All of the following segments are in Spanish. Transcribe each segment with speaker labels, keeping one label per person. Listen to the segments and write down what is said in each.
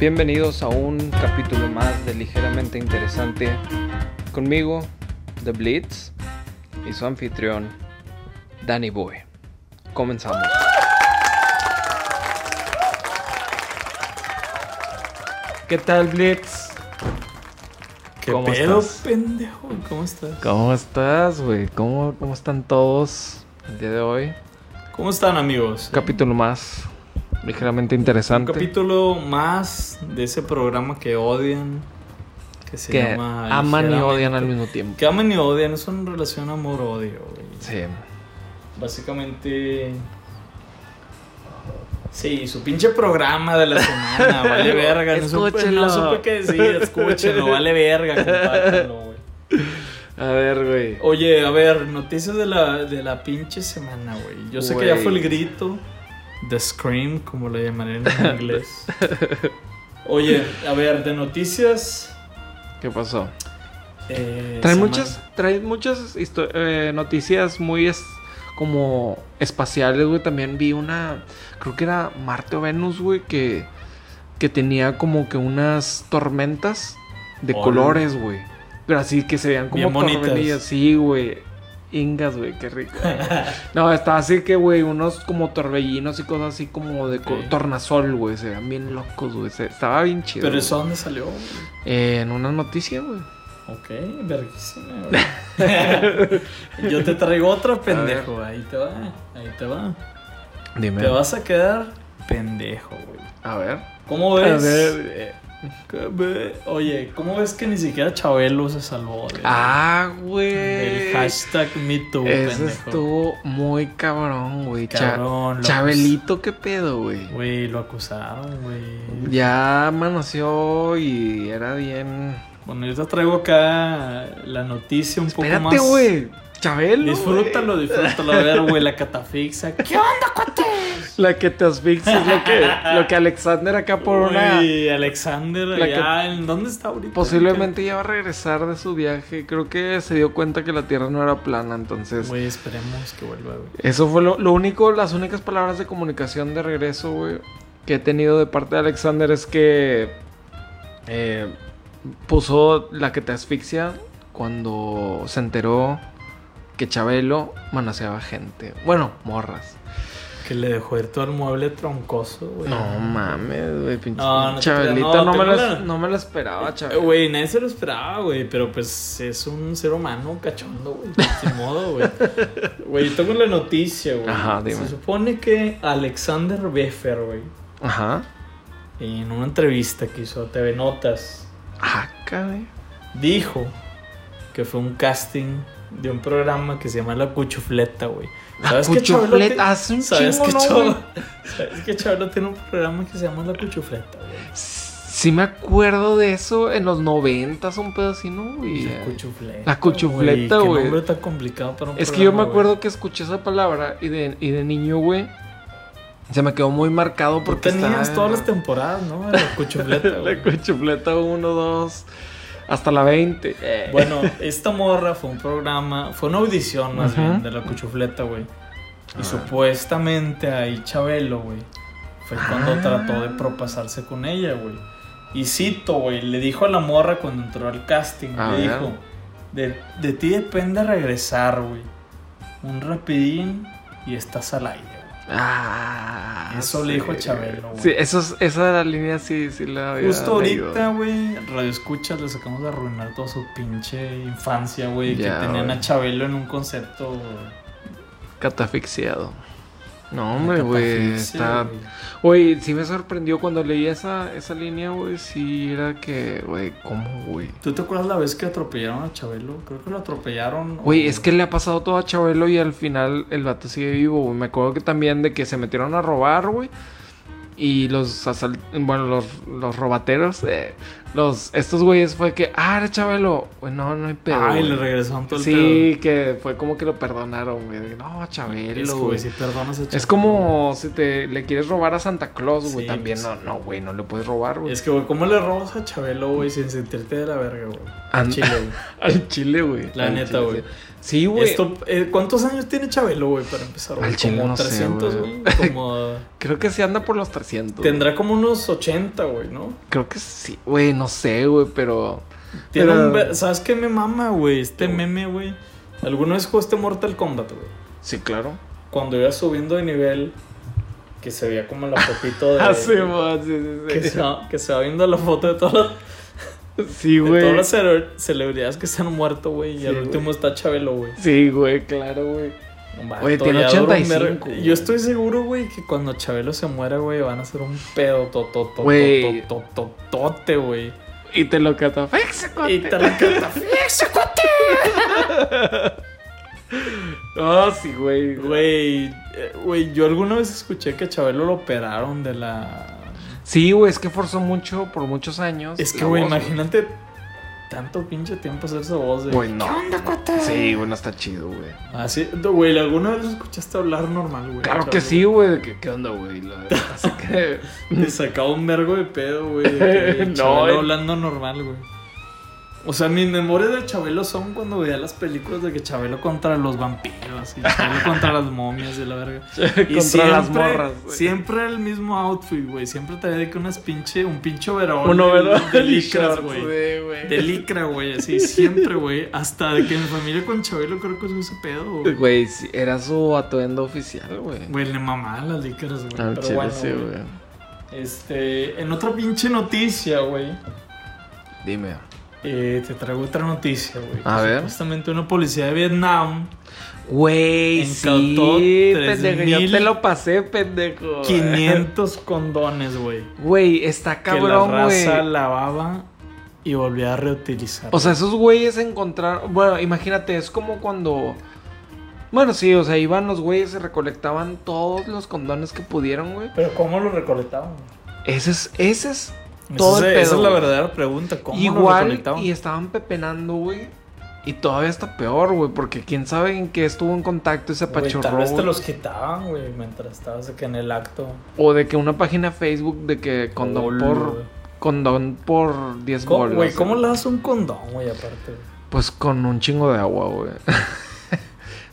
Speaker 1: Bienvenidos a un capítulo más de Ligeramente Interesante. Conmigo, The Blitz y su anfitrión, Danny Boy. Comenzamos.
Speaker 2: ¿Qué tal, Blitz?
Speaker 3: ¿Qué
Speaker 2: ¿Cómo
Speaker 3: pedo,
Speaker 2: estás?
Speaker 3: pendejo? ¿Cómo estás?
Speaker 2: ¿Cómo estás, güey? ¿Cómo, ¿Cómo están todos el día de hoy?
Speaker 3: ¿Cómo están, amigos?
Speaker 2: Capítulo más ligeramente
Speaker 3: Un
Speaker 2: interesante.
Speaker 3: capítulo más de ese programa que odian. Que se
Speaker 2: que
Speaker 3: llama.
Speaker 2: aman y
Speaker 3: Ligeramente.
Speaker 2: odian al mismo tiempo.
Speaker 3: Que aman y odian, es una relación amor-odio, güey.
Speaker 2: Sí.
Speaker 3: Básicamente. Sí, su pinche programa de la semana, vale verga. No supe,
Speaker 2: Escúchenlo.
Speaker 3: no supe qué decir, escúchenlo, vale verga, compártanlo, güey.
Speaker 2: A ver, güey.
Speaker 3: Oye, a ver, noticias de la, de la pinche semana, güey. Yo sé que ya
Speaker 2: Güey.
Speaker 3: fue el grito. The Scream, como le llamarían en inglés. Oye, a ver, de noticias.
Speaker 2: ¿Qué pasó?
Speaker 3: eh,
Speaker 2: Trae
Speaker 3: semana-
Speaker 2: muchas, trae muchas histo- eh, noticias muy es- como espaciales, güey. También vi una, creo que era Marte o Venus, güey, que, que tenía como que unas tormentas de
Speaker 3: Órale.
Speaker 2: colores, güey. Pero así que se vean como
Speaker 3: Bien bonitas.
Speaker 2: tormentillas, sí, güey. Ingas, güey, qué rico. no, está así que, güey, unos como torbellinos y cosas así como de co-
Speaker 3: Ok.
Speaker 2: tornasol, güey. Se vean bien locos, güey. se- Estaba bien chido.
Speaker 3: Pero
Speaker 2: güey.
Speaker 3: eso, ¿dónde salió? güey?
Speaker 2: Eh, en unas noticias, güey.
Speaker 3: Ok, verguísima, güey. Yo te traigo otra, pendejo. Ahí te va, ahí te va.
Speaker 2: Dime.
Speaker 3: Te vas a quedar pendejo, güey.
Speaker 2: A ver.
Speaker 3: ¿Cómo
Speaker 2: A
Speaker 3: ves?
Speaker 2: ver, eh.
Speaker 3: ¿Qué ve- Oye, ¿cómo ves que ni siquiera Chabelo se salvó? güey?
Speaker 2: Ah, güey.
Speaker 3: El hashtag MeToo,
Speaker 2: Eso
Speaker 3: pendejo.
Speaker 2: estuvo muy cabrón, güey. Cha-
Speaker 3: Cabrón, lo-
Speaker 2: Chabelito, qué pedo, güey.
Speaker 3: Güey, lo acusaron, güey.
Speaker 2: Ya manoseó y era bien.
Speaker 3: Bueno, yo te traigo acá la noticia un poco más.
Speaker 2: Espérate, güey. Chabelo.
Speaker 3: Disfrútalo, disfrútalo. A ver, güey, la catafixa. ¿Qué onda, cuate?
Speaker 2: güey. La que te asfixia es lo que, lo que Alexander acá por una.
Speaker 3: Güey, Alexander,
Speaker 2: la que-
Speaker 3: allá, ¿en dónde está ahorita?
Speaker 2: Posiblemente ya va a regresar de su viaje. Creo que se dio cuenta que la tierra no era plana, entonces.
Speaker 3: Güey, esperemos que vuelva, güey.
Speaker 2: Eso fue lo, lo único, las únicas palabras de comunicación de regreso, güey, que he tenido de parte de Alexander es que eh, puso la que te asfixia cuando se enteró que Chabelo manaseaba gente. Bueno, morras.
Speaker 3: Que le dejó ir todo el mueble troncoso, güey.
Speaker 2: No mames, güey, pinche.
Speaker 3: No, no te
Speaker 2: Chabelito,
Speaker 3: creas, no,
Speaker 2: no, me
Speaker 3: tengo
Speaker 2: lo,
Speaker 3: la-
Speaker 2: no me lo esperaba,
Speaker 3: Eh,
Speaker 2: Chabelo.
Speaker 3: Güey, nadie se lo esperaba, güey. Pero pues es un ser humano cachondo, güey. Sin modo, güey. Güey, tengo la noticia, güey.
Speaker 2: Ajá, dime.
Speaker 3: Se supone que Alexander Beffer, güey,
Speaker 2: Ajá.
Speaker 3: en una entrevista que hizo a TV Notas,
Speaker 2: Ah, cabrón.
Speaker 3: dijo que fue un casting de un programa que se llama La Cuchufleta, güey. ¿Sabes qué Chabelo
Speaker 2: Cuchufleta,
Speaker 3: ti-
Speaker 2: hace un
Speaker 3: ¿Sabes
Speaker 2: chingo,
Speaker 3: que
Speaker 2: ¿no,
Speaker 3: Chabelo-
Speaker 2: güey?
Speaker 3: ¿Sabes que Chabelo tiene un programa que se llama La Cuchufleta, güey?
Speaker 2: Sí me acuerdo de eso en los noventas, un pedo así, ¿no, güey?
Speaker 3: La Cuchufleta.
Speaker 2: eh, La Cuchufleta,
Speaker 3: Qué
Speaker 2: güey.
Speaker 3: nombre tan complicado para un
Speaker 2: Es que yo me
Speaker 3: programa, güey.
Speaker 2: acuerdo que escuché esa palabra y de, y de niño, güey, se me quedó muy marcado
Speaker 3: Tú
Speaker 2: porque
Speaker 3: tenías
Speaker 2: estaba-
Speaker 3: todas las temporadas, ¿no? La cuchufleta, güey.
Speaker 2: La cuchufleta 1, 2, hasta la 20. Eh.
Speaker 3: Bueno, esta morra fue un programa, fue una audición más
Speaker 2: Ajá.
Speaker 3: bien de la cuchufleta, güey. Y
Speaker 2: Ah.
Speaker 3: supuestamente ahí Chabelo, güey, fue cuando
Speaker 2: Ah.
Speaker 3: trató de propasarse con ella, güey. Y cito, güey, le dijo a la morra cuando entró al casting,
Speaker 2: A
Speaker 3: le
Speaker 2: ver.
Speaker 3: dijo, de, de ti depende regresar, güey. Un rapidín y estás al aire, güey.
Speaker 2: Ah,
Speaker 3: Eso le dijo Chabelo, güey.
Speaker 2: Sí, eso, es- esa de la línea sí, sí la había
Speaker 3: Justo
Speaker 2: leído.
Speaker 3: ahorita, güey, Radio Escuchas les acabamos de arruinar toda su pinche infancia, güey.
Speaker 2: Ya,
Speaker 3: que tenían
Speaker 2: güey.
Speaker 3: a Chabelo en un concepto. güey,
Speaker 2: Catafixiado. No, hombre, güey,
Speaker 3: catafixia,
Speaker 2: está...
Speaker 3: güey.
Speaker 2: Güey, sí me sorprendió cuando leí esa, esa línea, güey, sí era que, güey, ¿cómo, güey?
Speaker 3: ¿Tú te acuerdas la vez que atropellaron a Chabelo? Creo que lo atropellaron.
Speaker 2: Güey,
Speaker 3: o-
Speaker 2: es que le ha pasado todo a Chabelo y al final el vato sigue vivo, güey. Me acuerdo que también de que se metieron a robar, güey. Y los asal- bueno, los, los robateros eh, Los, estos güeyes fue que, ah, era Chabelo. Güey, no, no hay pedo.
Speaker 3: Ay,
Speaker 2: güey.
Speaker 3: le regresaron todo el
Speaker 2: Sí, que fue como que lo perdonaron, güey. de que, No,
Speaker 3: pedo.
Speaker 2: Chabelo,
Speaker 3: Es,
Speaker 2: güey.
Speaker 3: güey, si perdonas a
Speaker 2: Es
Speaker 3: Chabelo.
Speaker 2: como si te le quieres robar a Santa Claus, güey.
Speaker 3: Sí,
Speaker 2: También
Speaker 3: pues.
Speaker 2: no, no, güey, no le puedes robar, güey.
Speaker 3: Es que, güey, ¿cómo le robas a Chabelo, güey, sin sentirte de la verga, güey?
Speaker 2: An-
Speaker 3: Al Chile, güey.
Speaker 2: Al chile, güey.
Speaker 3: La
Speaker 2: Al
Speaker 3: neta,
Speaker 2: chile,
Speaker 3: güey.
Speaker 2: sí. Sí, güey.
Speaker 3: Esto, eh, ¿Cuántos años tiene Chabelo, güey, para empezar? güey?
Speaker 2: Al chile
Speaker 3: como
Speaker 2: no sé,
Speaker 3: 300,
Speaker 2: güey.
Speaker 3: güey. Como.
Speaker 2: Creo que sí anda por los 300.
Speaker 3: Tendrá como unos 80, güey, ¿no?
Speaker 2: Creo que sí, güey, no sé, güey, pero...
Speaker 3: Tiene
Speaker 2: Pero-
Speaker 3: un ver- ¿Sabes qué me mama, güey? Este meme, güey. ¿Alguna vez jugaste Mortal Kombat, güey?
Speaker 2: Sí, claro.
Speaker 3: Cuando iba subiendo de nivel, que se veía como la fotito de.
Speaker 2: Ah, sí, güey, sí,
Speaker 3: que,
Speaker 2: sí,
Speaker 3: se va, que se va viendo la foto de todas las,
Speaker 2: sí. Sí,
Speaker 3: de todas
Speaker 2: güey.
Speaker 3: las cele- celebridades que se han muerto, güey. Y
Speaker 2: Sí,
Speaker 3: al último está Chabelo, güey.
Speaker 2: Sí, güey, claro, güey.
Speaker 3: Un vato
Speaker 2: Güey, tiene
Speaker 3: ya duró un
Speaker 2: 85,
Speaker 3: vergo.
Speaker 2: güey.
Speaker 3: Yo estoy seguro, güey, que cuando Chabelo se muera, güey, van a hacer un pedo
Speaker 2: Güey.
Speaker 3: totototototote, güey.
Speaker 2: Y te lo cata. ¡Fixe, cuate!
Speaker 3: Y te la cata.
Speaker 2: No, Oh, sí, güey.
Speaker 3: Güey, eh, güey, yo alguna vez escuché que a Chabelo lo operaron de la...
Speaker 2: Sí, güey, es que forzó mucho por muchos años.
Speaker 3: Es que,
Speaker 2: Ah, la
Speaker 3: güey,
Speaker 2: voz,
Speaker 3: imagínate tanto pinche tiempo hacer esa voz, güey.
Speaker 2: Güey, no. Sí, güey, no está chido, güey.
Speaker 3: Así, güey, ¿alguna vez lo escuchaste hablar normal, güey?
Speaker 2: Claro que
Speaker 3: Chabelo?
Speaker 2: sí, güey. de que, ¿Qué onda, güey? La verdad, Así que...
Speaker 3: Le sacaba un vergo de pedo, güey. de que
Speaker 2: No,
Speaker 3: Chabelo
Speaker 2: eh.
Speaker 3: hablando normal, güey. O sea, mis memorias de Chabelo son cuando veía las películas de que Chabelo contra los vampiros y Chabelo contra las momias y la verga. Y
Speaker 2: Contra las
Speaker 3: siempre-
Speaker 2: morras, güey.
Speaker 3: Siempre el mismo outfit, güey. Siempre traía de que unas pinche, un pinche overall.
Speaker 2: Un
Speaker 3: de-
Speaker 2: overall
Speaker 3: de
Speaker 2: y
Speaker 3: licras,
Speaker 2: shorts,
Speaker 3: güey.
Speaker 2: güey.
Speaker 3: De licra, güey. Así, siempre, güey. Hasta de que mi familia con Chabelo creo que es ese pedo, güey.
Speaker 2: Güey, sí, era su atuendo oficial, güey.
Speaker 3: Güey, le mamaba las licras, güey.
Speaker 2: Al
Speaker 3: Pero
Speaker 2: Ah, chile,
Speaker 3: bueno,
Speaker 2: sí,
Speaker 3: güey.
Speaker 2: güey.
Speaker 3: Este, en otra pinche noticia, güey.
Speaker 2: Dime.
Speaker 3: Eh, te traigo otra noticia, güey.
Speaker 2: A
Speaker 3: Que
Speaker 2: ver.
Speaker 3: Supuestamente una policía de Vietnam,
Speaker 2: Güey,
Speaker 3: Incautó
Speaker 2: sí,
Speaker 3: tres
Speaker 2: pendejo. Yo
Speaker 3: mil
Speaker 2: te lo pasé, pendejo.
Speaker 3: 500 condones, güey.
Speaker 2: Güey, está
Speaker 3: Que la
Speaker 2: cabrón, güey.
Speaker 3: raza lavaba y volvía a reutilizar.
Speaker 2: O sea, esos güeyes encontraron. Bueno, imagínate, es como cuando. Bueno, sí, o sea, iban los güeyes y recolectaban todos los condones que pudieron, güey.
Speaker 3: Pero ¿cómo lo recolectaban?
Speaker 2: Ese es, ese es
Speaker 3: güey?
Speaker 2: todo
Speaker 3: Esa
Speaker 2: el
Speaker 3: es-
Speaker 2: pedo.
Speaker 3: Esa es la
Speaker 2: güey.
Speaker 3: verdadera pregunta. ¿Cómo lo
Speaker 2: Igual,
Speaker 3: recolectaban?
Speaker 2: y estaban pepenando, güey. Y todavía está peor, güey, porque quién sabe en qué estuvo en contacto ese
Speaker 3: Güey,
Speaker 2: apachurró.
Speaker 3: tal vez te
Speaker 2: güey.
Speaker 3: los quitaban, güey, mientras estabas acá en el acto.
Speaker 2: O de que una página de Facebook de que condón
Speaker 3: Olo,
Speaker 2: por.
Speaker 3: güey.
Speaker 2: Condón por 10
Speaker 3: ¿Cómo-
Speaker 2: bolas. ¿eh?
Speaker 3: Güey, ¿cómo lavas un condón, güey, aparte?
Speaker 2: Pues con un chingo de agua, güey.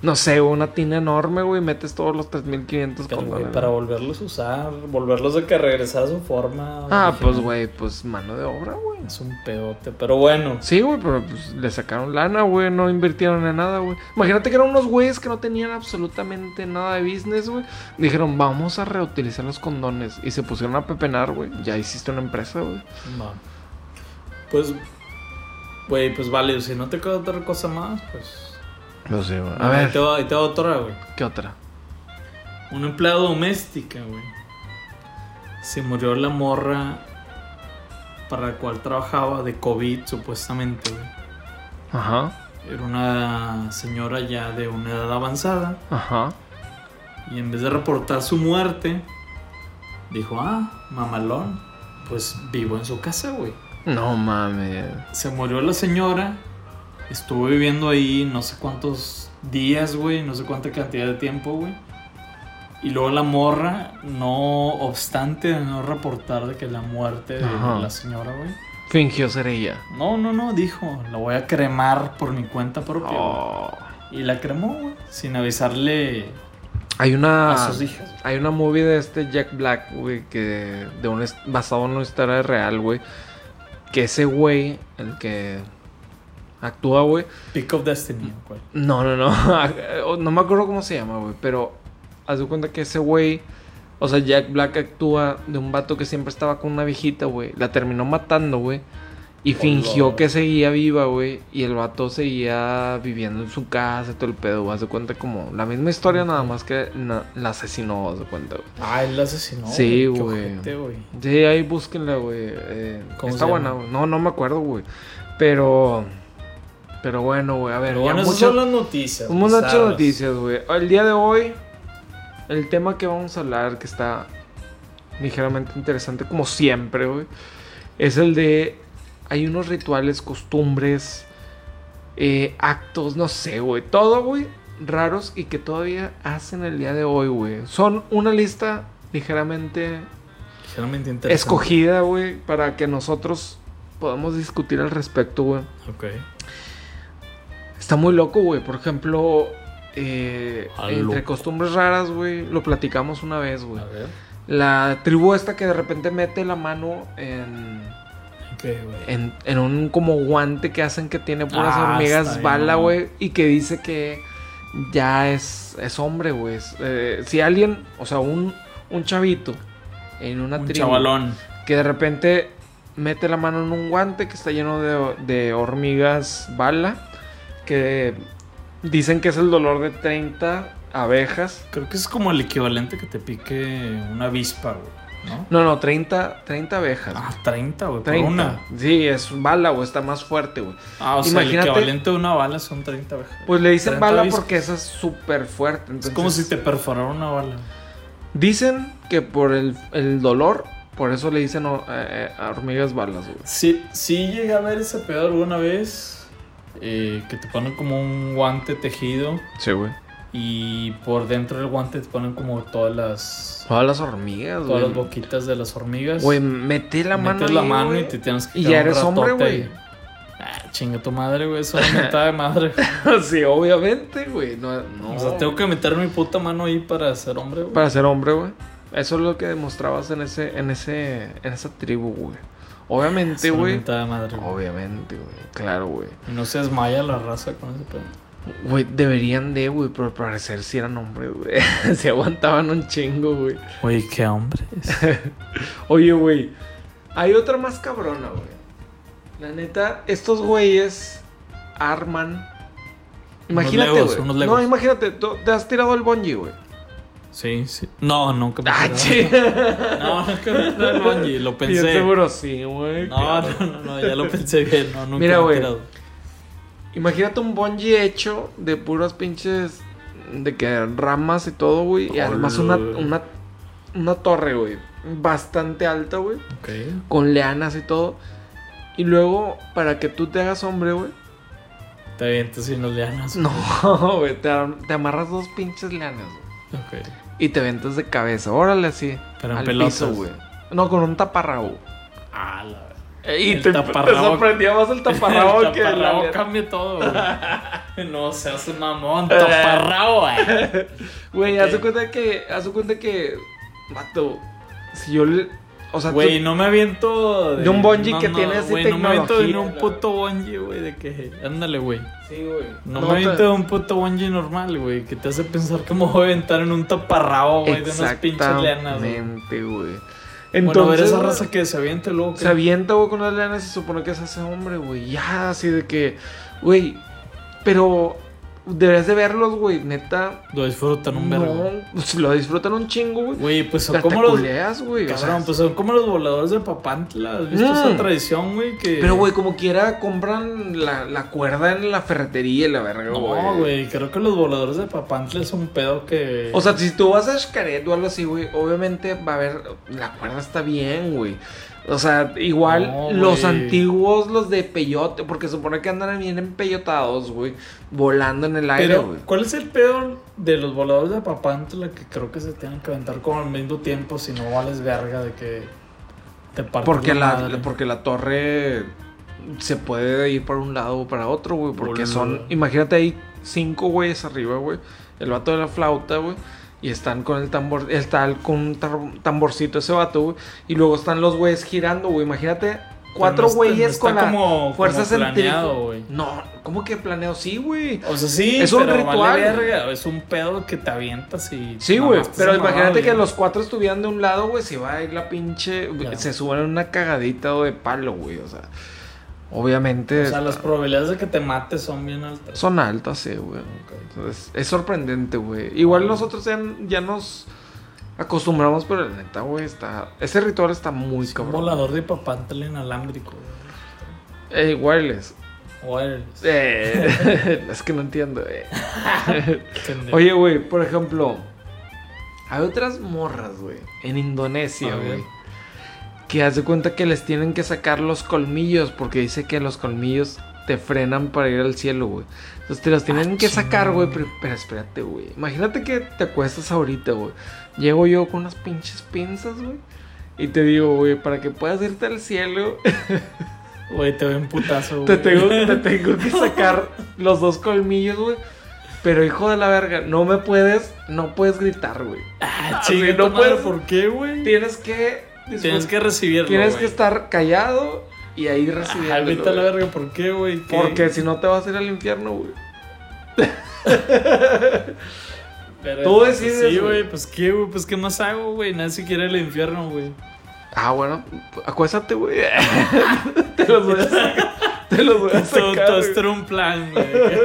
Speaker 2: no sé, una tina enorme, güey. Metes todos los 3500
Speaker 3: Pero, güey,
Speaker 2: condones.
Speaker 3: para volverlos a usar, volverlos a que regresar a su forma.
Speaker 2: Ah,
Speaker 3: original.
Speaker 2: pues, güey, pues mano de obra, güey.
Speaker 3: Es un pedote, pero bueno.
Speaker 2: Sí, güey, pero pues, le sacaron lana, güey. No invirtieron en nada, güey. Imagínate que eran unos güeyes que no tenían absolutamente nada de business, güey. Dijeron, vamos a reutilizar los condones. Y se pusieron a pepenar, güey. Ya hiciste una empresa, güey.
Speaker 3: No. Pues, güey, pues vale, si no te queda otra cosa más, pues...
Speaker 2: No sé, güey. A
Speaker 3: Ahí te
Speaker 2: ver,
Speaker 3: va- ahí te va otra, güey.
Speaker 2: ¿qué otra?
Speaker 3: Una empleada doméstica, güey. Se murió la morra para la cual trabajaba de COVID, supuestamente, güey.
Speaker 2: Ajá,
Speaker 3: Era una señora ya de una edad avanzada.
Speaker 2: ajá.
Speaker 3: Y en vez de reportar su muerte, dijo, ah, mamalón, pues vivo en su casa, güey.
Speaker 2: No mames.
Speaker 3: Se murió la señora, estuvo viviendo ahí no sé cuántos días, güey, no sé cuánta cantidad de tiempo, güey. Y luego la morra, no obstante de no reportar de que la muerte de
Speaker 2: Ajá.
Speaker 3: la señora, güey.
Speaker 2: Fingió ser ella.
Speaker 3: No, no, no, dijo, la voy a cremar por mi cuenta propia. güey".
Speaker 2: Oh.
Speaker 3: Y la cremó, güey, sin avisarle
Speaker 2: Hay
Speaker 3: a
Speaker 2: una.
Speaker 3: sus hijas. güey.
Speaker 2: Hay una movie de este Jack Black, güey, que de un est- basado en una historia real, güey. Que ese güey, el que actúa, güey.
Speaker 3: Pick of Destiny,
Speaker 2: Mm.
Speaker 3: güey.
Speaker 2: No, no, no. no me acuerdo cómo se llama, güey. Pero haz de cuenta que ese güey. O sea, Jack Black actúa de un vato que siempre estaba con una viejita, güey. La terminó matando, güey.
Speaker 3: Oh,
Speaker 2: Y fingió
Speaker 3: Hola.
Speaker 2: que seguía viva, güey. Y el vato seguía viviendo en su casa, y todo el pedo, güey. Haz de cuenta como la misma historia, nada más que na- la asesinó, haz de cuenta, güey.
Speaker 3: Ah, él la asesinó.
Speaker 2: Sí,
Speaker 3: qué
Speaker 2: güey.
Speaker 3: ojete, güey.
Speaker 2: Sí, ahí búsquenla, güey. Eh,
Speaker 3: ¿Cómo
Speaker 2: está
Speaker 3: se
Speaker 2: buena,
Speaker 3: llama?
Speaker 2: güey. No, no me acuerdo, güey. Pero. Pero bueno, güey. A ver,
Speaker 3: Pero
Speaker 2: ya
Speaker 3: bueno, esas
Speaker 2: muchas-
Speaker 3: son las noticias.
Speaker 2: Hemos hecho
Speaker 3: bizarras.
Speaker 2: noticias, güey. El día de hoy, el tema que vamos a hablar, que está ligeramente interesante, como siempre, güey, es el de hay unos rituales, costumbres, eh, actos, no sé, güey. Todo, güey, raros y que todavía hacen el día de hoy, güey. Son una lista ligeramente
Speaker 3: Ligeramente interesante.
Speaker 2: escogida, güey, para que nosotros podamos discutir al respecto, güey.
Speaker 3: Ok.
Speaker 2: Está muy loco, güey. Por ejemplo, eh,
Speaker 3: Ah,
Speaker 2: entre
Speaker 3: loco.
Speaker 2: costumbres raras, güey, lo platicamos una vez, güey.
Speaker 3: A ver.
Speaker 2: La tribu esta que de repente mete la mano en,
Speaker 3: Ok, güey.
Speaker 2: en, en un como guante que hacen que tiene puras
Speaker 3: Ah, está
Speaker 2: hormigas
Speaker 3: bien,
Speaker 2: bala,
Speaker 3: mamón.
Speaker 2: güey, y que dice que ya es, es hombre, güey. Es, eh, si alguien, o sea, un, un chavito en una
Speaker 3: Un
Speaker 2: tribu
Speaker 3: chavalón.
Speaker 2: que de repente mete la mano en un guante que está lleno de, de hormigas bala, que dicen que es el dolor de 30 abejas.
Speaker 3: Creo que es como el equivalente que te pique una avispa, güey. ¿No?
Speaker 2: No, no, 30, 30 abejas.
Speaker 3: Ah, 30, güey. Por
Speaker 2: 30.
Speaker 3: una.
Speaker 2: Sí, es bala, güey, está más fuerte, güey.
Speaker 3: Ah, o sea, el
Speaker 2: Imagínate-
Speaker 3: equivalente de una bala son 30 abejas.
Speaker 2: Pues le dicen
Speaker 3: 30
Speaker 2: bala
Speaker 3: avispas.
Speaker 2: porque esa es súper fuerte.
Speaker 3: Es
Speaker 2: Entonces,
Speaker 3: como si te perforara una bala.
Speaker 2: Dicen que por el, el dolor, por eso le dicen oh, eh, eh, hormigas balas, güey.
Speaker 3: Sí, sí llegué a ver ese pedo alguna vez. eh, que te ponen como un guante tejido.
Speaker 2: Sí, güey.
Speaker 3: Y por dentro del guante te ponen como todas las.
Speaker 2: Todas las hormigas,
Speaker 3: Todas las
Speaker 2: güey.
Speaker 3: boquitas de las hormigas.
Speaker 2: Güey, metí la mano.
Speaker 3: metes la
Speaker 2: ahí,
Speaker 3: mano
Speaker 2: güey.
Speaker 3: y te tienes que
Speaker 2: Y
Speaker 3: quedar
Speaker 2: ya
Speaker 3: un
Speaker 2: eres hombre,
Speaker 3: ratote
Speaker 2: güey.
Speaker 3: ahí. Ah, chinga tu madre, güey. Eso es una mentada de madre.
Speaker 2: sí, obviamente, güey. No, no.
Speaker 3: O sea, tengo que meter mi puta mano ahí para ser hombre, güey.
Speaker 2: Para ser hombre, güey. Eso es lo que demostrabas en ese, en ese, en esa tribu, güey.
Speaker 3: Es
Speaker 2: Obviamente,
Speaker 3: una
Speaker 2: güey.
Speaker 3: mentada de madre, güey.
Speaker 2: Obviamente, güey. Claro, güey.
Speaker 3: Y no se desmaya la raza con ese pedo.
Speaker 2: Güey, deberían de, güey, pero al parecer si eran hombres, güey. Se aguantaban un chingo, güey.
Speaker 3: Oye, qué hombre.
Speaker 2: Oye, güey, hay otra más cabrona, güey. La neta, estos güeyes arman. Imagínate,
Speaker 3: legos,
Speaker 2: güey.
Speaker 3: unos legos.
Speaker 2: No, imagínate, tú- te has tirado el bungee, güey.
Speaker 3: Sí, sí. No, nunca me
Speaker 2: Ah,
Speaker 3: he
Speaker 2: sí.
Speaker 3: tirado. No, nunca me he tirado el bungee, Lo
Speaker 2: Bien
Speaker 3: pensé.
Speaker 2: seguro sí, güey.
Speaker 3: No,
Speaker 2: claro.
Speaker 3: no, no, no, ya lo pensé bien. No, nunca
Speaker 2: Mira,
Speaker 3: me he
Speaker 2: güey.
Speaker 3: tirado.
Speaker 2: Imagínate un bungee hecho de puras pinches. De que ramas y todo, güey. Y además una,
Speaker 3: Hola.
Speaker 2: una, una torre, güey. Bastante alta, güey.
Speaker 3: Ok.
Speaker 2: Con leanas y todo. Y luego, para que tú te hagas hombre, güey.
Speaker 3: Te avientas y nos lianas.
Speaker 2: No, güey. Te, am- te amarras dos pinches leanas, güey.
Speaker 3: Ok.
Speaker 2: Y te ventas de cabeza. Órale, así.
Speaker 3: Pero en
Speaker 2: al
Speaker 3: pelotas.
Speaker 2: piso, güey. No, con un taparrabo.
Speaker 3: Ah, la verdad.
Speaker 2: Eh, Y
Speaker 3: El
Speaker 2: te, te
Speaker 3: taparrabo.
Speaker 2: sorprendía más el taparrabo,
Speaker 3: El
Speaker 2: que la
Speaker 3: taparrabo
Speaker 2: leana.
Speaker 3: cambia todo, güey. No se hace mamón, taparrabo, güey.
Speaker 2: Güey,
Speaker 3: Ok.
Speaker 2: haz de cuenta que. Haz de cuenta que. Mato. Si yo le. O sea,
Speaker 3: Güey,
Speaker 2: tú-
Speaker 3: no me aviento
Speaker 2: De un bungee que tiene así
Speaker 3: güey, No me aviento de
Speaker 2: tecnología,
Speaker 3: un
Speaker 2: la
Speaker 3: puto bungee, güey, de que ándale, güey.
Speaker 2: Sí, güey.
Speaker 3: No,
Speaker 2: No
Speaker 3: me
Speaker 2: te-
Speaker 3: aviento de un puto bungee normal, güey, que te hace pensar que me voy a aventar en un taparrabo, güey, de unas pinches leanas. güey.
Speaker 2: Exactamente, güey.
Speaker 3: bueno, a ver
Speaker 2: Entonces.
Speaker 3: esa raza que se aviente luego.
Speaker 2: Se avienta, güey, con las leanas y se supone que se hace hombre, güey. Ya, así de que. Güey. Pero. Deberías de verlos, güey. Neta.
Speaker 3: Lo disfrutan un verbo.
Speaker 2: No, si lo disfrutan un chingo, güey.
Speaker 3: Güey, pues son
Speaker 2: Hasta
Speaker 3: como los.
Speaker 2: culeas, güey. o sea,
Speaker 3: Cabrón, pues son como los voladores de Papantla. ¿Has visto
Speaker 2: Mm.
Speaker 3: esa tradición, güey? Que...
Speaker 2: Pero, güey, como quiera, compran la, la cuerda en la ferretería y la verga, güey.
Speaker 3: No, güey, creo que los voladores de Papantla es un pedo que.
Speaker 2: O sea, si tú vas a Xcaret o algo así, güey, obviamente va a haber. La cuerda está bien, güey. O sea, igual
Speaker 3: No,
Speaker 2: los
Speaker 3: güey.
Speaker 2: antiguos, los de peyote, porque se supone que andan bien empeyotados, güey, volando en el aire,
Speaker 3: Pero,
Speaker 2: güey.
Speaker 3: ¿cuál es el pedo de los voladores de Papantla que creo que se tienen que aventar como al mismo tiempo si no vales verga de que te partes
Speaker 2: Porque
Speaker 3: la
Speaker 2: la,
Speaker 3: madre?
Speaker 2: porque la torre se puede ir para un lado o para otro, güey. Porque
Speaker 3: Boludo.
Speaker 2: son. Imagínate ahí cinco güeyes arriba, güey. El vato de la flauta, güey. Y están con el tambor. Está el- con un tar- tamborcito ese vato, güey. Y luego están los güeyes girando, güey. Imagínate cuatro
Speaker 3: no está-
Speaker 2: güeyes
Speaker 3: no está
Speaker 2: con la
Speaker 3: como-
Speaker 2: fuerza
Speaker 3: como
Speaker 2: centrífuga.
Speaker 3: planeado, güey.
Speaker 2: No, ¿cómo que planeo? Sí, güey.
Speaker 3: O sea, sí,
Speaker 2: Es
Speaker 3: es
Speaker 2: un
Speaker 3: un pero vale
Speaker 2: ritual.
Speaker 3: verga, es un pedo que te avientas y.
Speaker 2: Sí,
Speaker 3: te
Speaker 2: güey.
Speaker 3: mamaste
Speaker 2: Pero
Speaker 3: esa
Speaker 2: imagínate
Speaker 3: mamada,
Speaker 2: que
Speaker 3: güey.
Speaker 2: los cuatro estuvieran de un lado, güey. Se va a ir la pinche.
Speaker 3: Claro.
Speaker 2: Se suben a una cagadita de palo, güey. O sea, obviamente.
Speaker 3: O sea, las probabilidades de que te mates son bien altas.
Speaker 2: Son altas, sí, güey. Entonces, es sorprendente,
Speaker 3: Ah,
Speaker 2: güey. Igual nosotros ya, ya nos acostumbramos, pero la neta, güey, está. Ese ritual está muy
Speaker 3: Es un
Speaker 2: cabrón.
Speaker 3: volador de Papantla inalámbrico, güey.
Speaker 2: Eh, wireless.
Speaker 3: Wireless.
Speaker 2: Eh, es que no entiendo, eh.
Speaker 3: Pendejo.
Speaker 2: Oye, güey, por ejemplo, hay otras morras, güey, en
Speaker 3: A
Speaker 2: Indonesia,
Speaker 3: ver.
Speaker 2: güey, que hace cuenta que les tienen que sacar los colmillos, porque dice que los colmillos te frenan para ir al cielo, güey. Entonces te los
Speaker 3: Ah,
Speaker 2: tienen que sacar, güey, pero, pero espérate, güey. Imagínate que te acuestas ahorita, güey. Llego yo con unas pinches pinzas, güey. Y te digo, güey, para que puedas irte al cielo,
Speaker 3: Güey, te ven putazo,
Speaker 2: te
Speaker 3: güey.
Speaker 2: tengo, te tengo que sacar los dos colmillos, güey. Pero hijo de la verga, no me puedes, no puedes gritar, güey.
Speaker 3: Ah,
Speaker 2: Así,
Speaker 3: chinga,
Speaker 2: no
Speaker 3: no puedes.
Speaker 2: puedes-
Speaker 3: ¿Por qué, güey?
Speaker 2: Tienes que...
Speaker 3: Tienes que recibirlo.
Speaker 2: Tienes que
Speaker 3: güey.
Speaker 2: estar callado y ahí
Speaker 3: Ah,
Speaker 2: recibiéndolo.
Speaker 3: vete a la
Speaker 2: güey.
Speaker 3: verga, ¿por qué, güey? ¿Qué?
Speaker 2: Porque si no te vas a ir al infierno, güey.
Speaker 3: Pero,
Speaker 2: tú
Speaker 3: pues,
Speaker 2: decides, güey.
Speaker 3: Sí, güey, pues qué, güey, pues qué más hago, güey. Nadie se quiere el infierno, güey.
Speaker 2: Ah, bueno, acuéstate, güey. te los voy a sacar. Te los voy a
Speaker 3: Todo,
Speaker 2: sacar.
Speaker 3: todo
Speaker 2: güey.
Speaker 3: esto era un plan, güey.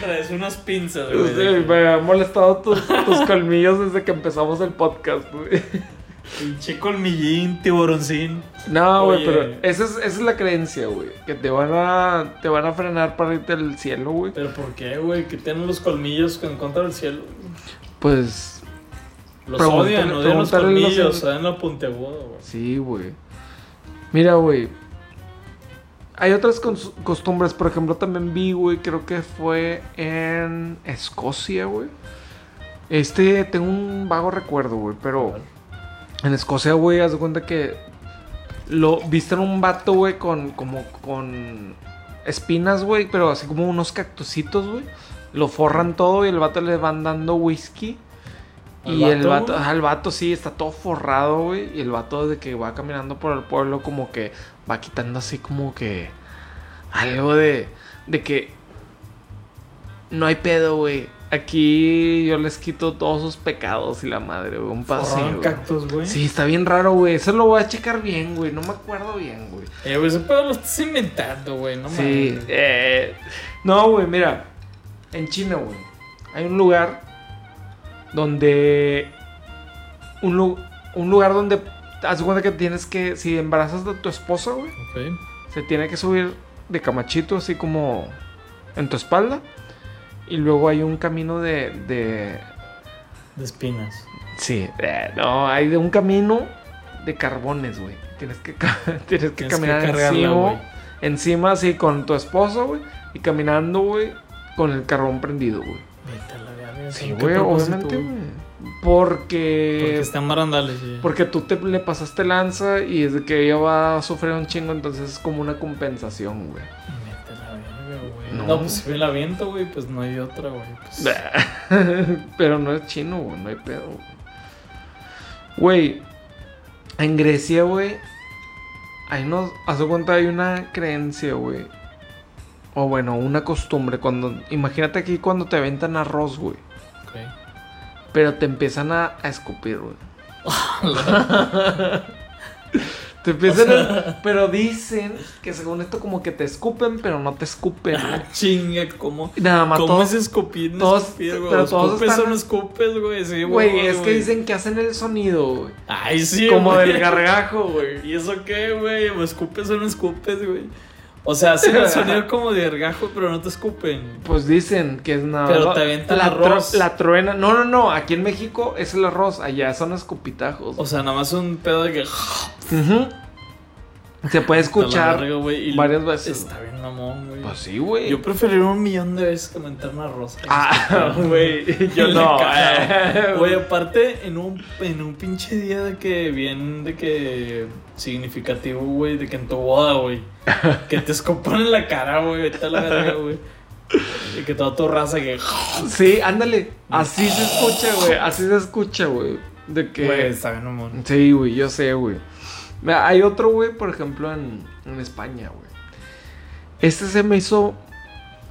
Speaker 3: Traes unas pinzas, güey.
Speaker 2: Sí, me han molestado tus, tus colmillos desde que empezamos el podcast, güey.
Speaker 3: Pinche colmillín, tiburoncín.
Speaker 2: No, güey,
Speaker 3: Oye.
Speaker 2: pero esa es, esa es la creencia, güey. Que te van a te van a frenar para irte al cielo, güey.
Speaker 3: Pero ¿por qué, güey? Que tienen los colmillos en contra del cielo.
Speaker 2: Pues
Speaker 3: Los
Speaker 2: Pregúntale-
Speaker 3: odian, odian los
Speaker 2: pregúntale a los-
Speaker 3: colmillos, odian lo puntiagudo, güey.
Speaker 2: sí, güey. Mira, güey. Hay otras cons- costumbres, por ejemplo, también vi, güey, creo que fue en Escocia, güey. Este, tengo un vago recuerdo, güey, pero... En Escocia, güey, haz de cuenta que lo visten un vato, güey, con como con espinas, güey, pero así como unos cactusitos, güey. Lo forran todo y el vato le van dando whisky.
Speaker 3: ¿Al
Speaker 2: Y el
Speaker 3: vato?
Speaker 2: vato, ajá, el vato sí está todo forrado, güey, y el vato de que va caminando por el pueblo como que va quitando así como que algo de de que no hay pedo, güey. Aquí yo les quito todos sus pecados y la madre, güey. Un pase.
Speaker 3: Forraron cactus, güey.
Speaker 2: Sí, está bien raro, güey. Eso lo voy a checar bien, güey. No me acuerdo bien, güey.
Speaker 3: Eh, güey, ese pedo lo estás inventando, güey. No
Speaker 2: sí.
Speaker 3: mames.
Speaker 2: eh, No, güey, mira. En China, güey. Hay un lugar donde... Un, lu- un lugar donde... Haz de cuenta que tienes que... Si embarazas de tu esposa, güey.
Speaker 3: Ok.
Speaker 2: Se tiene que subir de camachito, así como en tu espalda. Y luego hay un camino de... de
Speaker 3: De espinas.
Speaker 2: Sí, eh, no, hay de un camino de carbones, güey. Tienes que, ca- tienes que
Speaker 3: Tienes
Speaker 2: caminar
Speaker 3: que cargarla, güey.
Speaker 2: encima, encima así con tu esposo, güey, y caminando, güey, con el carbón prendido, güey.
Speaker 3: Vete a la verga.
Speaker 2: Sí,
Speaker 3: ¿con qué
Speaker 2: güey,
Speaker 3: propósito,
Speaker 2: obviamente,
Speaker 3: güey?
Speaker 2: güey. Porque,
Speaker 3: Porque
Speaker 2: porque,
Speaker 3: están barandales, güey.
Speaker 2: tú te le pasaste lanza y desde que ella va a sufrir un chingo, entonces es como una compensación, güey.
Speaker 3: Vete a la verga, güey. No.
Speaker 2: No.
Speaker 3: pues si me la aviento, güey, pues no hay otra, güey. Pues,
Speaker 2: Pero no es chino, güey, no hay pedo. Güey, Güey, en Grecia, güey, ahí nos, a su cuenta hay una creencia, güey. O bueno, una costumbre. Cuando, imagínate aquí cuando te aventan arroz, güey.
Speaker 3: ok.
Speaker 2: Pero te empiezan a, a escupir, güey. te empiezan a- Pero dicen que según esto como que te escupen, pero no te escupen, güey.
Speaker 3: Ah, Chinga, ¿cómo?
Speaker 2: Nada más
Speaker 3: ¿Cómo
Speaker 2: todo-
Speaker 3: es escupir? No
Speaker 2: todos-
Speaker 3: escupir, güey.
Speaker 2: pero todos
Speaker 3: ¿Escupes
Speaker 2: están-
Speaker 3: o no escupes, güey? Sí,
Speaker 2: Güey, es que dicen que hacen el sonido, güey.
Speaker 3: Ay, sí,
Speaker 2: Como
Speaker 3: güey.
Speaker 2: del gargajo, güey.
Speaker 3: ¿Y eso qué, güey? ¿O escupes o no escupes, güey? O sea, hacen el sonido como de gargajo, pero no te escupen.
Speaker 2: Pues dicen que es nada.
Speaker 3: Pero
Speaker 2: ¿no?
Speaker 3: te avientan
Speaker 2: la
Speaker 3: arroz.
Speaker 2: la truena. No, no, no. Aquí en México es el arroz. Allá son escupitajos.
Speaker 3: O sea, nada más un pedo de que...
Speaker 2: Ujú. Se puede
Speaker 3: Te la
Speaker 2: escuchar.
Speaker 3: largo, güey, y
Speaker 2: varias veces,
Speaker 3: Está bien mamón, güey.
Speaker 2: Pues sí, güey.
Speaker 3: Yo preferiría un millón de veces que mentar una rosca.
Speaker 2: Ah, güey.
Speaker 3: Yo
Speaker 2: no. eh.
Speaker 3: le cago. Güey,
Speaker 2: güey.
Speaker 3: aparte, en un, en un pinche día de que bien, de que significativo, güey, de que en tu boda, güey, que te escopan en la cara, güey, vete a la verga, güey. Y que toda tu raza que,
Speaker 2: Sí, ándale. Así se escucha, güey. Así se escucha, güey. De que.
Speaker 3: güey, está bien, amor.
Speaker 2: Sí, güey, yo sé, güey. Mira, hay otro, güey, por ejemplo, en, en España, güey. Este se me hizo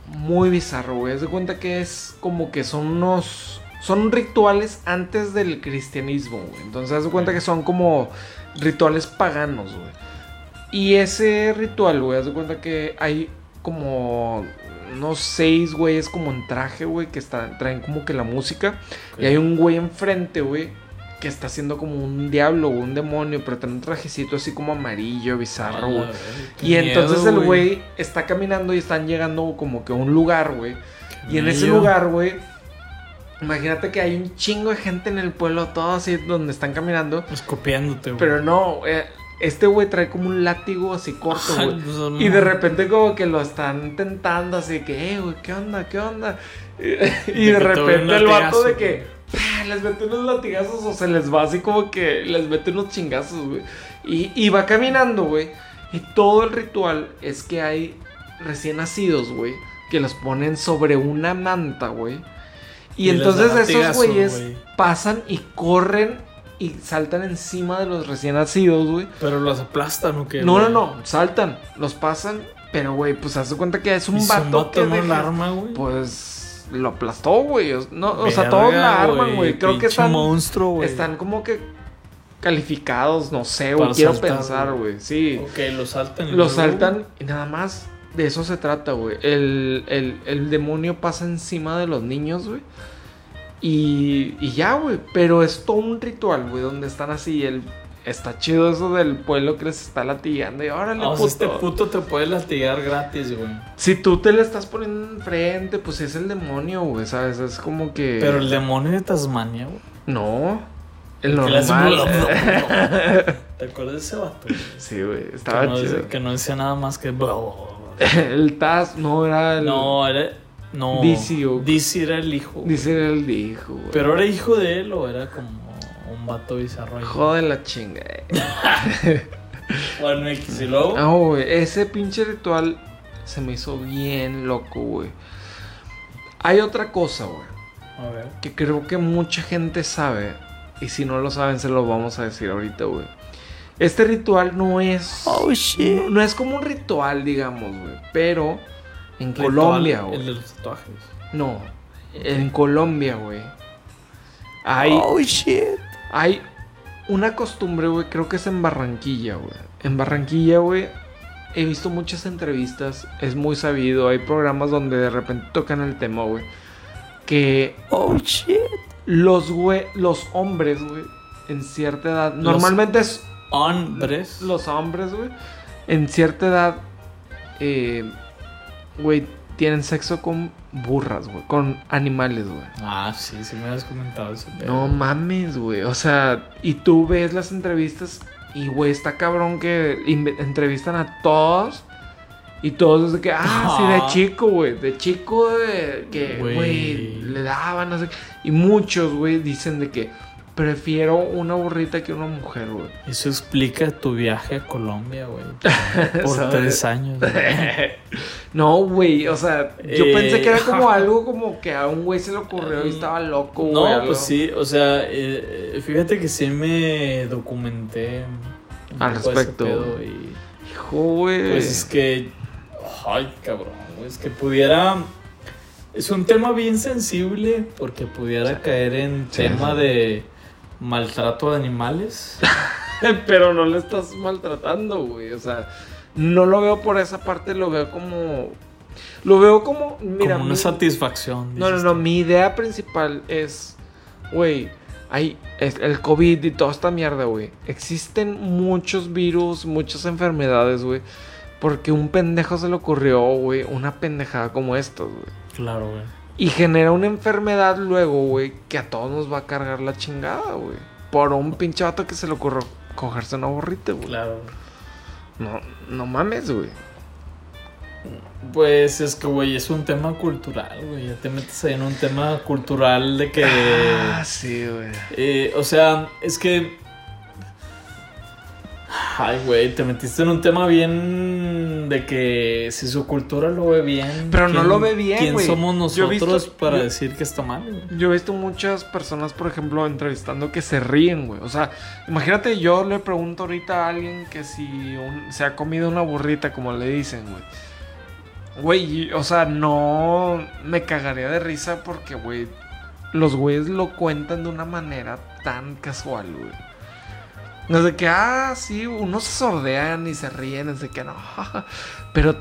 Speaker 2: muy bizarro, güey. Haz de cuenta que es como que son unos. Son rituales antes del cristianismo, güey. Entonces, haz de cuenta que son como rituales paganos, güey. Y ese ritual, güey, haz de cuenta que hay como unos seis güeyes como en traje, güey, que están, traen como que la música. Y hay un güey enfrente, güey, que está haciendo como un diablo o un demonio, pero tiene un trajecito así como amarillo, bizarro,
Speaker 3: Ah,
Speaker 2: güey. Y entonces el güey está caminando y están llegando como que a un lugar, güey. Y en ese lugar, güey, Imagínate que hay un chingo de gente en el pueblo, todo así, donde están caminando.
Speaker 3: Escopiándote, güey.
Speaker 2: Pero no, eh, este güey trae como un látigo así corto,
Speaker 3: Ajá,
Speaker 2: güey.
Speaker 3: pues, no.
Speaker 2: Y de repente como que lo están tentando así que, eh, güey, ¿qué onda? ¿Qué onda? Y, y de
Speaker 3: que te doy un
Speaker 2: repente el vato
Speaker 3: latigazo,
Speaker 2: de que ¡pah! les mete unos latigazos o se les va así como que les mete unos chingazos, güey. Y, y va caminando, güey. Y todo el ritual es que hay recién nacidos, güey, que los ponen sobre una manta, güey. Y,
Speaker 3: Y les
Speaker 2: entonces
Speaker 3: da
Speaker 2: esos
Speaker 3: latigazo,
Speaker 2: güeyes
Speaker 3: güey.
Speaker 2: pasan y corren y saltan encima de los recién nacidos, güey.
Speaker 3: Pero las aplastan o qué.
Speaker 2: No, no,
Speaker 3: güey?
Speaker 2: no, saltan, los pasan, pero güey, pues haz de cuenta que es
Speaker 3: Y
Speaker 2: un
Speaker 3: su
Speaker 2: vato
Speaker 3: vato
Speaker 2: que
Speaker 3: no
Speaker 2: deja-
Speaker 3: la arma, güey.
Speaker 2: pues lo aplastó, güey. o- No, o sea, todos
Speaker 3: Verga,
Speaker 2: la arman, güey. Creo que
Speaker 3: pinche
Speaker 2: están
Speaker 3: monstruo, güey.
Speaker 2: están como que calificados, no sé,
Speaker 3: Para
Speaker 2: güey, quiero
Speaker 3: saltar,
Speaker 2: pensar,
Speaker 3: güey.
Speaker 2: güey. Sí,
Speaker 3: Ok, lo saltan. y
Speaker 2: lo
Speaker 3: luego-
Speaker 2: saltan y nada más de eso se trata, güey. El, el- el demonio pasa encima de los niños, güey. Y, y ya, güey. Pero es todo un ritual, güey, donde están así. El, está chido eso del pueblo que les está latigando. Y órale,
Speaker 3: Ah, o sea, este
Speaker 2: puto.
Speaker 3: puto te puede latigar gratis, güey.
Speaker 2: Si tú te le estás poniendo enfrente, pues es el demonio, güey, ¿sabes? Es como que.
Speaker 3: Pero el demonio de Tasmania, güey.
Speaker 2: No. El
Speaker 3: que le hace
Speaker 2: normal.
Speaker 3: ¿Te acuerdas de ese vato? güey?
Speaker 2: Sí, güey.
Speaker 3: Que
Speaker 2: Estaba
Speaker 3: no,
Speaker 2: chido.
Speaker 3: decía, que no decía nada más que.
Speaker 2: El Taz no era el.
Speaker 3: No, era. No.
Speaker 2: Dizzy, o-
Speaker 3: Dizzy era el hijo. güey.
Speaker 2: Dice era el hijo, güey.
Speaker 3: Pero era hijo de él o era como un vato bizarro. ahí?
Speaker 2: Joder la chinga. eh.
Speaker 3: Bueno, X y luego.
Speaker 2: No, Ah, güey, ese pinche ritual se me hizo bien loco, güey. Hay otra cosa, güey,
Speaker 3: A ver.
Speaker 2: que creo que mucha gente sabe. Y si no lo saben, se lo vamos a decir ahorita, güey. Este ritual no es.
Speaker 3: Oh,
Speaker 2: no, no es como un ritual, digamos, güey. Pero en Colombia,
Speaker 3: Ritual, El
Speaker 2: güey.
Speaker 3: de los tatuajes.
Speaker 2: No, en Colombia, güey. Hay,
Speaker 3: Oh, shit.
Speaker 2: hay una costumbre, güey, creo que es en Barranquilla, güey. En Barranquilla, güey, he visto muchas entrevistas, es muy sabido, hay programas donde de repente tocan el tema, güey. Que
Speaker 3: Oh shit.
Speaker 2: los, güey, los hombres, güey, en cierta edad,
Speaker 3: Los-
Speaker 2: normalmente es
Speaker 3: Hombres.
Speaker 2: los hombres, güey, en cierta edad, eh, güey, tienen sexo con burras, güey, con animales, güey.
Speaker 3: Ah, sí, sí me habías comentado eso.
Speaker 2: No mames, güey. O sea, y tú ves las entrevistas y, güey, está cabrón que inve- entrevistan a todos. Y todos desde que, ah, sí, de
Speaker 3: Ah.
Speaker 2: chico, güey. De chico, de que,
Speaker 3: Güey.
Speaker 2: güey, le daban, no sé qué. Y muchos, güey, dicen de que prefiero una burrita que una mujer, güey.
Speaker 3: Eso explica tu viaje a Colombia, güey. Por
Speaker 2: ¿Sabes?
Speaker 3: tres años. güey.
Speaker 2: No, güey, o sea, yo
Speaker 3: Eh,
Speaker 2: pensé que era como
Speaker 3: ja.
Speaker 2: algo como que a un güey se le ocurrió y estaba loco, güey.
Speaker 3: No,
Speaker 2: algo.
Speaker 3: pues sí, o sea, eh, eh, fíjate que sí me documenté un
Speaker 2: Al
Speaker 3: poco de ese
Speaker 2: respecto.
Speaker 3: pedo y
Speaker 2: Hijo, güey.
Speaker 3: pues es que, ay, cabrón, güey, es que pudiera, es un tema bien sensible porque pudiera caer en tema de maltrato de animales.
Speaker 2: Pero no le estás maltratando, güey. O sea, no lo veo por esa parte, lo veo como. Lo veo como. Mira,
Speaker 3: como una
Speaker 2: mi-
Speaker 3: satisfacción.
Speaker 2: no, no,
Speaker 3: dices
Speaker 2: no.
Speaker 3: tú.
Speaker 2: Mi idea principal es. Güey, hay es- el COVID y toda esta mierda, güey. Existen muchos virus, muchas enfermedades, güey. Porque un pendejo se le ocurrió, güey, una pendejada como estas, güey.
Speaker 3: Claro, güey.
Speaker 2: Y genera una enfermedad luego, güey, que a todos nos va a cargar la chingada, güey. Por un pinche vato que se le ocurrió cogerse una borrita, güey.
Speaker 3: Claro.
Speaker 2: No, no mames, güey.
Speaker 3: Pues es que, güey, es un tema cultural, güey. Ya te metes ahí en un tema cultural de que...
Speaker 2: Ah, sí, güey.
Speaker 3: Eh, o sea, es que. Ay, güey, te metiste en un tema bien. de que si su cultura lo ve bien.
Speaker 2: Pero no
Speaker 3: ¿quién-
Speaker 2: lo ve bien,
Speaker 3: ¿Quién
Speaker 2: güey?
Speaker 3: somos
Speaker 2: Yo he visto-
Speaker 3: nosotros para
Speaker 2: yo-
Speaker 3: decir que está mal, güey?
Speaker 2: Yo he visto muchas personas, por ejemplo, entrevistando que se ríen, güey. O sea, imagínate, yo le pregunto ahorita a alguien que si un- se ha comido una burrita, como le dicen, güey. Güey, y- o sea, no me cagaría de risa porque, güey, los güeyes lo cuentan de una manera tan casual, güey. Desde que, ah, sí, unos se sordean y se ríen, desde que no. Pero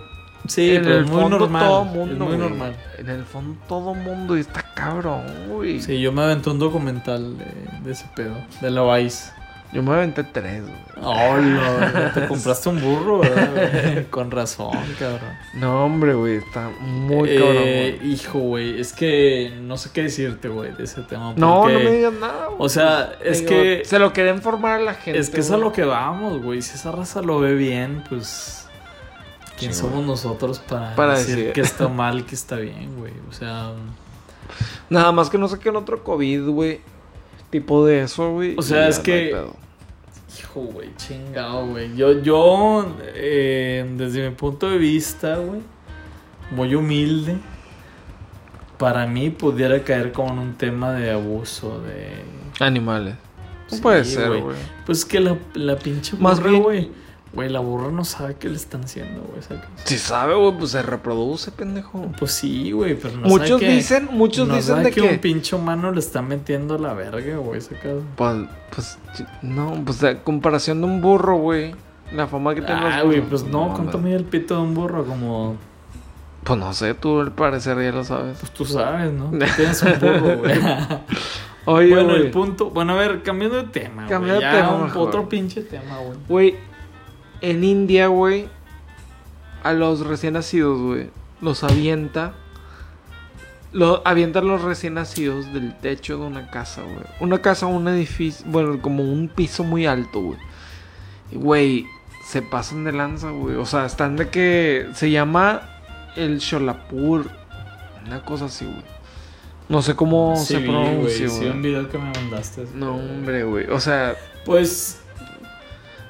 Speaker 3: Sí,
Speaker 2: en
Speaker 3: pero
Speaker 2: el
Speaker 3: es muy
Speaker 2: fondo
Speaker 3: normal.
Speaker 2: todo mundo,
Speaker 3: es muy
Speaker 2: güey.
Speaker 3: normal.
Speaker 2: En el fondo todo mundo y está cabrón, güey.
Speaker 3: Sí, yo me aventé un documental de, de ese pedo, de la Vice.
Speaker 2: Yo me aventé tres, güey.
Speaker 3: Oh, lo- te compraste un burro, ¿verdad, güey? Con razón, cabrón.
Speaker 2: No, hombre, güey, está muy cabrón.
Speaker 3: Eh,
Speaker 2: güey.
Speaker 3: hijo, güey, es que no sé qué decirte, güey, de ese tema.
Speaker 2: No, no
Speaker 3: porque-
Speaker 2: me digas nada, güey.
Speaker 3: O sea, es
Speaker 2: Digo,
Speaker 3: que.
Speaker 2: Se lo quería informar a la gente.
Speaker 3: Es que es a
Speaker 2: güey.
Speaker 3: lo que vamos, güey. Si esa raza lo ve bien, pues. ¿Quién
Speaker 2: Sí,
Speaker 3: somos nosotros para,
Speaker 2: Para
Speaker 3: decir,
Speaker 2: decir.
Speaker 3: que está mal, que está bien, güey? O sea.
Speaker 2: Nada más que no saquen otro COVID, güey. Tipo de eso, güey.
Speaker 3: O sea,
Speaker 2: y
Speaker 3: es
Speaker 2: ya no
Speaker 3: que-
Speaker 2: hay pedo.
Speaker 3: Hijo, güey, chingado, güey. Yo, yo eh, desde mi punto de vista, güey, muy humilde, para mí pudiera caer como en un tema de abuso, de...
Speaker 2: Animales. No
Speaker 3: Sí,
Speaker 2: puede ser,
Speaker 3: güey.
Speaker 2: güey.
Speaker 3: Pues que la, la pinche
Speaker 2: Más
Speaker 3: burra,
Speaker 2: bien-
Speaker 3: güey. Güey, la burra no sabe qué le están haciendo, güey. ¿sacas?
Speaker 2: Si sabe, güey, pues se reproduce, pendejo.
Speaker 3: Pues sí, güey, pero no
Speaker 2: muchos
Speaker 3: sabe que-
Speaker 2: dicen, muchos
Speaker 3: no
Speaker 2: dicen
Speaker 3: sabe
Speaker 2: de
Speaker 3: que,
Speaker 2: que.
Speaker 3: un pinche humano le está metiendo la verga, güey. ¿sacas?
Speaker 2: Pues, pues, chi- no, pues a comparación de un burro, güey. La fama que tienen los
Speaker 3: Ah, güey,
Speaker 2: burros,
Speaker 3: pues no, ¿cuánto
Speaker 2: mames.
Speaker 3: mide el pito de un burro? Como
Speaker 2: Pues no sé, tú al parecer ya lo sabes.
Speaker 3: Pues tú sabes, ¿no? Tú Tienes un burro, güey.
Speaker 2: Oye,
Speaker 3: bueno,
Speaker 2: güey.
Speaker 3: el punto. Bueno, a ver, cambiando de tema.
Speaker 2: Cambiando
Speaker 3: Cambiando
Speaker 2: de
Speaker 3: ya
Speaker 2: tema,
Speaker 3: un-
Speaker 2: mejor.
Speaker 3: Otro pinche tema, güey.
Speaker 2: Güey, en India, güey, a los recién nacidos, güey, los avienta. Lo, avientan los recién nacidos del techo de una casa, güey. Una casa, un edificio, bueno, como un piso muy alto, güey. Y, Güey, se pasan de lanza, güey. O sea, están de que se llama el Sholapur. Una cosa así, güey. No sé cómo
Speaker 3: Sí,
Speaker 2: se
Speaker 3: vi,
Speaker 2: pronuncia,
Speaker 3: güey, Sí, un
Speaker 2: güey.
Speaker 3: video que me mandaste.
Speaker 2: No, hombre, güey. O sea,
Speaker 3: Pues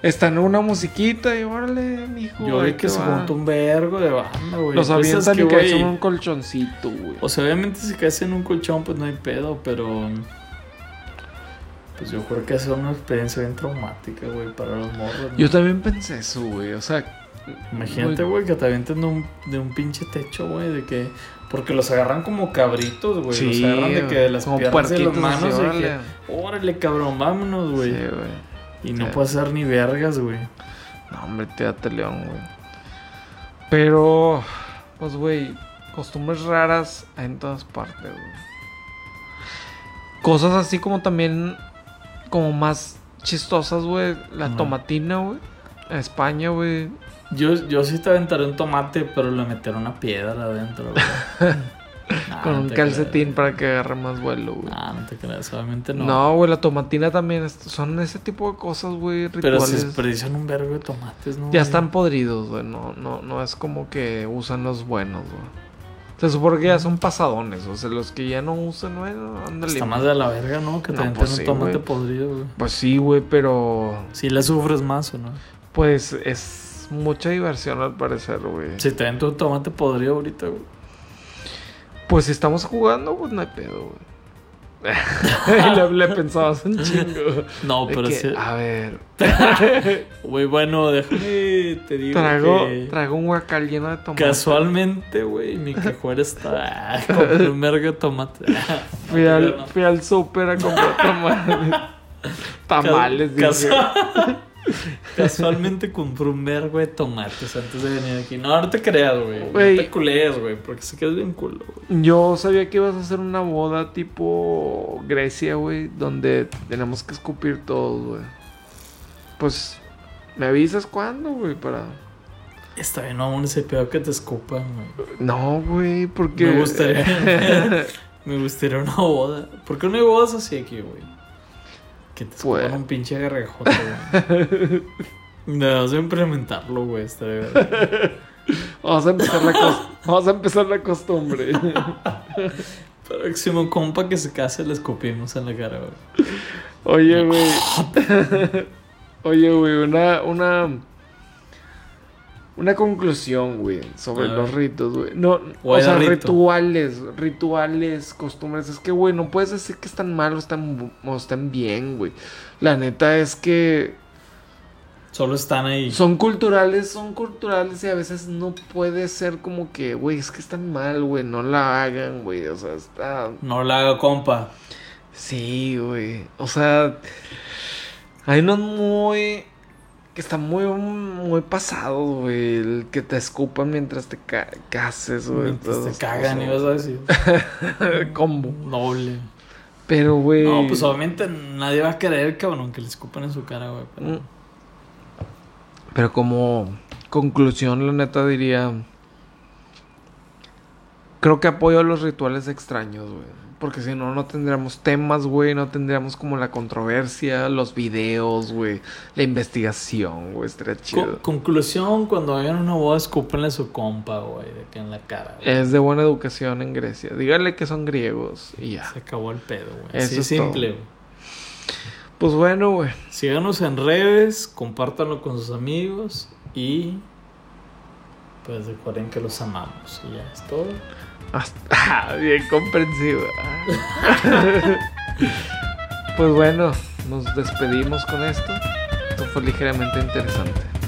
Speaker 2: están en una musiquita y órale, mijo.
Speaker 3: yo
Speaker 2: ahí
Speaker 3: vi que
Speaker 2: te
Speaker 3: se
Speaker 2: va.
Speaker 3: juntó un vergo de banda, güey.
Speaker 2: Los
Speaker 3: Cosas
Speaker 2: avientan y
Speaker 3: que,
Speaker 2: caen en
Speaker 3: güey,
Speaker 2: un colchoncito, güey.
Speaker 3: O sea, obviamente si caes en un colchón, pues no hay pedo, pero. Pues yo creo que es una experiencia bien traumática, güey, para los morros. ¿no?
Speaker 2: Yo también pensé eso, güey. O sea,
Speaker 3: Imagínate, güey, que te avienten de un, de un pinche techo, güey, de que... Porque los agarran como cabritos, güey. los agarran de que de las
Speaker 2: como
Speaker 3: piernas y las
Speaker 2: puerquitos
Speaker 3: manos.
Speaker 2: así,
Speaker 3: de
Speaker 2: órale.
Speaker 3: que, órale, cabrón, vámonos, güey.
Speaker 2: Sí, güey.
Speaker 3: y no
Speaker 2: sí.
Speaker 3: puede ser ni vergas, güey.
Speaker 2: No, hombre, te date león, güey. Pero, pues, güey, costumbres raras hay en todas partes, güey. Cosas así como también, como más chistosas, güey. La
Speaker 3: Ajá.
Speaker 2: tomatina, güey. En España, güey.
Speaker 3: Yo, yo sí te aventaré un tomate, pero le meteré una piedra adentro, güey. Nah,
Speaker 2: Con
Speaker 3: Ah, no
Speaker 2: un
Speaker 3: te
Speaker 2: calcetín
Speaker 3: creas.
Speaker 2: para que agarre más vuelo, güey.
Speaker 3: Nah, no te creas, obviamente este no.
Speaker 2: No, güey, la tomatina también. es- Son ese tipo de cosas, güey,
Speaker 3: pero
Speaker 2: rituales.
Speaker 3: se desperdician un vergo de tomates, ¿no?
Speaker 2: Ya
Speaker 3: güey?
Speaker 2: están podridos, güey. No, no, no es como que usan los buenos, güey. Se supone que ya son pasadones. O sea, los que ya no usan, güey, ándale.
Speaker 3: Está más de la verga, ¿no? Que te
Speaker 2: No,
Speaker 3: aventen
Speaker 2: pues
Speaker 3: un
Speaker 2: sí,
Speaker 3: tomate
Speaker 2: güey.
Speaker 3: podrido, güey.
Speaker 2: Pues sí, güey, pero...
Speaker 3: Si le sufres más o no.
Speaker 2: Pues es mucha diversión al parecer, güey.
Speaker 3: Si te aventan un tomate podrido ahorita, güey.
Speaker 2: Pues si estamos jugando, pues no hay pedo, güey. Y le, le pensabas un chingo.
Speaker 3: No,
Speaker 2: De
Speaker 3: pero
Speaker 2: que, ah.
Speaker 3: sí.
Speaker 2: A ver,
Speaker 3: Güey, bueno, déjame te digo
Speaker 2: trago,
Speaker 3: que
Speaker 2: trago un guacal lleno de tomate.
Speaker 3: casualmente, güey, mi cajuela está con un mergo de tomate.
Speaker 2: Fui al, fui al súper a comprar tamales. tamales, dije.
Speaker 3: Casual- Casualmente compré un vergo de tomates antes de venir aquí. No, no te creas, güey. No
Speaker 2: Güey.
Speaker 3: te culees, güey, porque se quedas bien culo, güey.
Speaker 2: Yo sabía que ibas a hacer una boda tipo Grecia, güey, donde tenemos que escupir todos, güey. Pues, ¿me avisas cuándo, güey? Para...
Speaker 3: Está bien, no, ese pedo que te escupan, güey.
Speaker 2: No, güey, porque...
Speaker 3: Me gustaría. me gustaría una boda. ¿Por qué no hay bodas así aquí, güey? Que te escupan
Speaker 2: Pues-
Speaker 3: un pinche garrajote, güey. Debemos de implementarlo, güey. Estaría verga.
Speaker 2: Vamos a empezar la, cos- Vamos a empezar la costumbre.
Speaker 3: Próximo compa que se case, le escupimos en la cara, güey.
Speaker 2: Oye, güey. Oye, güey, una, una... Una conclusión, güey, sobre
Speaker 3: A ver.
Speaker 2: los ritos, güey. No, o
Speaker 3: Güey,
Speaker 2: sea,
Speaker 3: da rito.
Speaker 2: rituales, rituales, costumbres. Es que, güey, no puedes decir que están mal o están, bu- o están bien, güey. La neta es que
Speaker 3: Solo están ahí.
Speaker 2: son culturales, son culturales y a veces no puede ser como que, güey, es que están mal, güey, no la hagan, güey. O sea, está...
Speaker 3: No la haga compa.
Speaker 2: Sí, güey. O sea, hay unos muy. que están muy, muy pasados, güey. El que te escupan mientras te ca- cases, güey.
Speaker 3: Mientras te
Speaker 2: todas esas
Speaker 3: cagan,
Speaker 2: cosas.
Speaker 3: ibas a decir.
Speaker 2: Combo.
Speaker 3: Doble.
Speaker 2: Pero, güey.
Speaker 3: No, pues obviamente nadie va a creer, cabrón, que le escupan en su cara, güey. pero-
Speaker 2: Mm. Pero como conclusión, la neta diría. Creo que apoyo los rituales extraños, güey. Porque si no, no tendríamos temas, güey. No tendríamos como la controversia, los videos, güey. La investigación, güey. Estaría
Speaker 3: Co-
Speaker 2: chido.
Speaker 3: conclusión, cuando vayan a una boda, escúpenle a su compa, güey, de que en la cara. güey.
Speaker 2: Es de buena educación en Grecia. Díganle que son griegos y ya.
Speaker 3: Se acabó el pedo, güey.
Speaker 2: Eso
Speaker 3: Así
Speaker 2: es
Speaker 3: simple,
Speaker 2: todo.
Speaker 3: güey.
Speaker 2: Pues bueno, güey.
Speaker 3: Síganos en redes, compártanlo con sus amigos y pues recuerden que los amamos. Y ya es todo.
Speaker 2: Hasta- Ah, Bien comprensiva. pues bueno, nos despedimos con esto. Esto fue ligeramente interesante.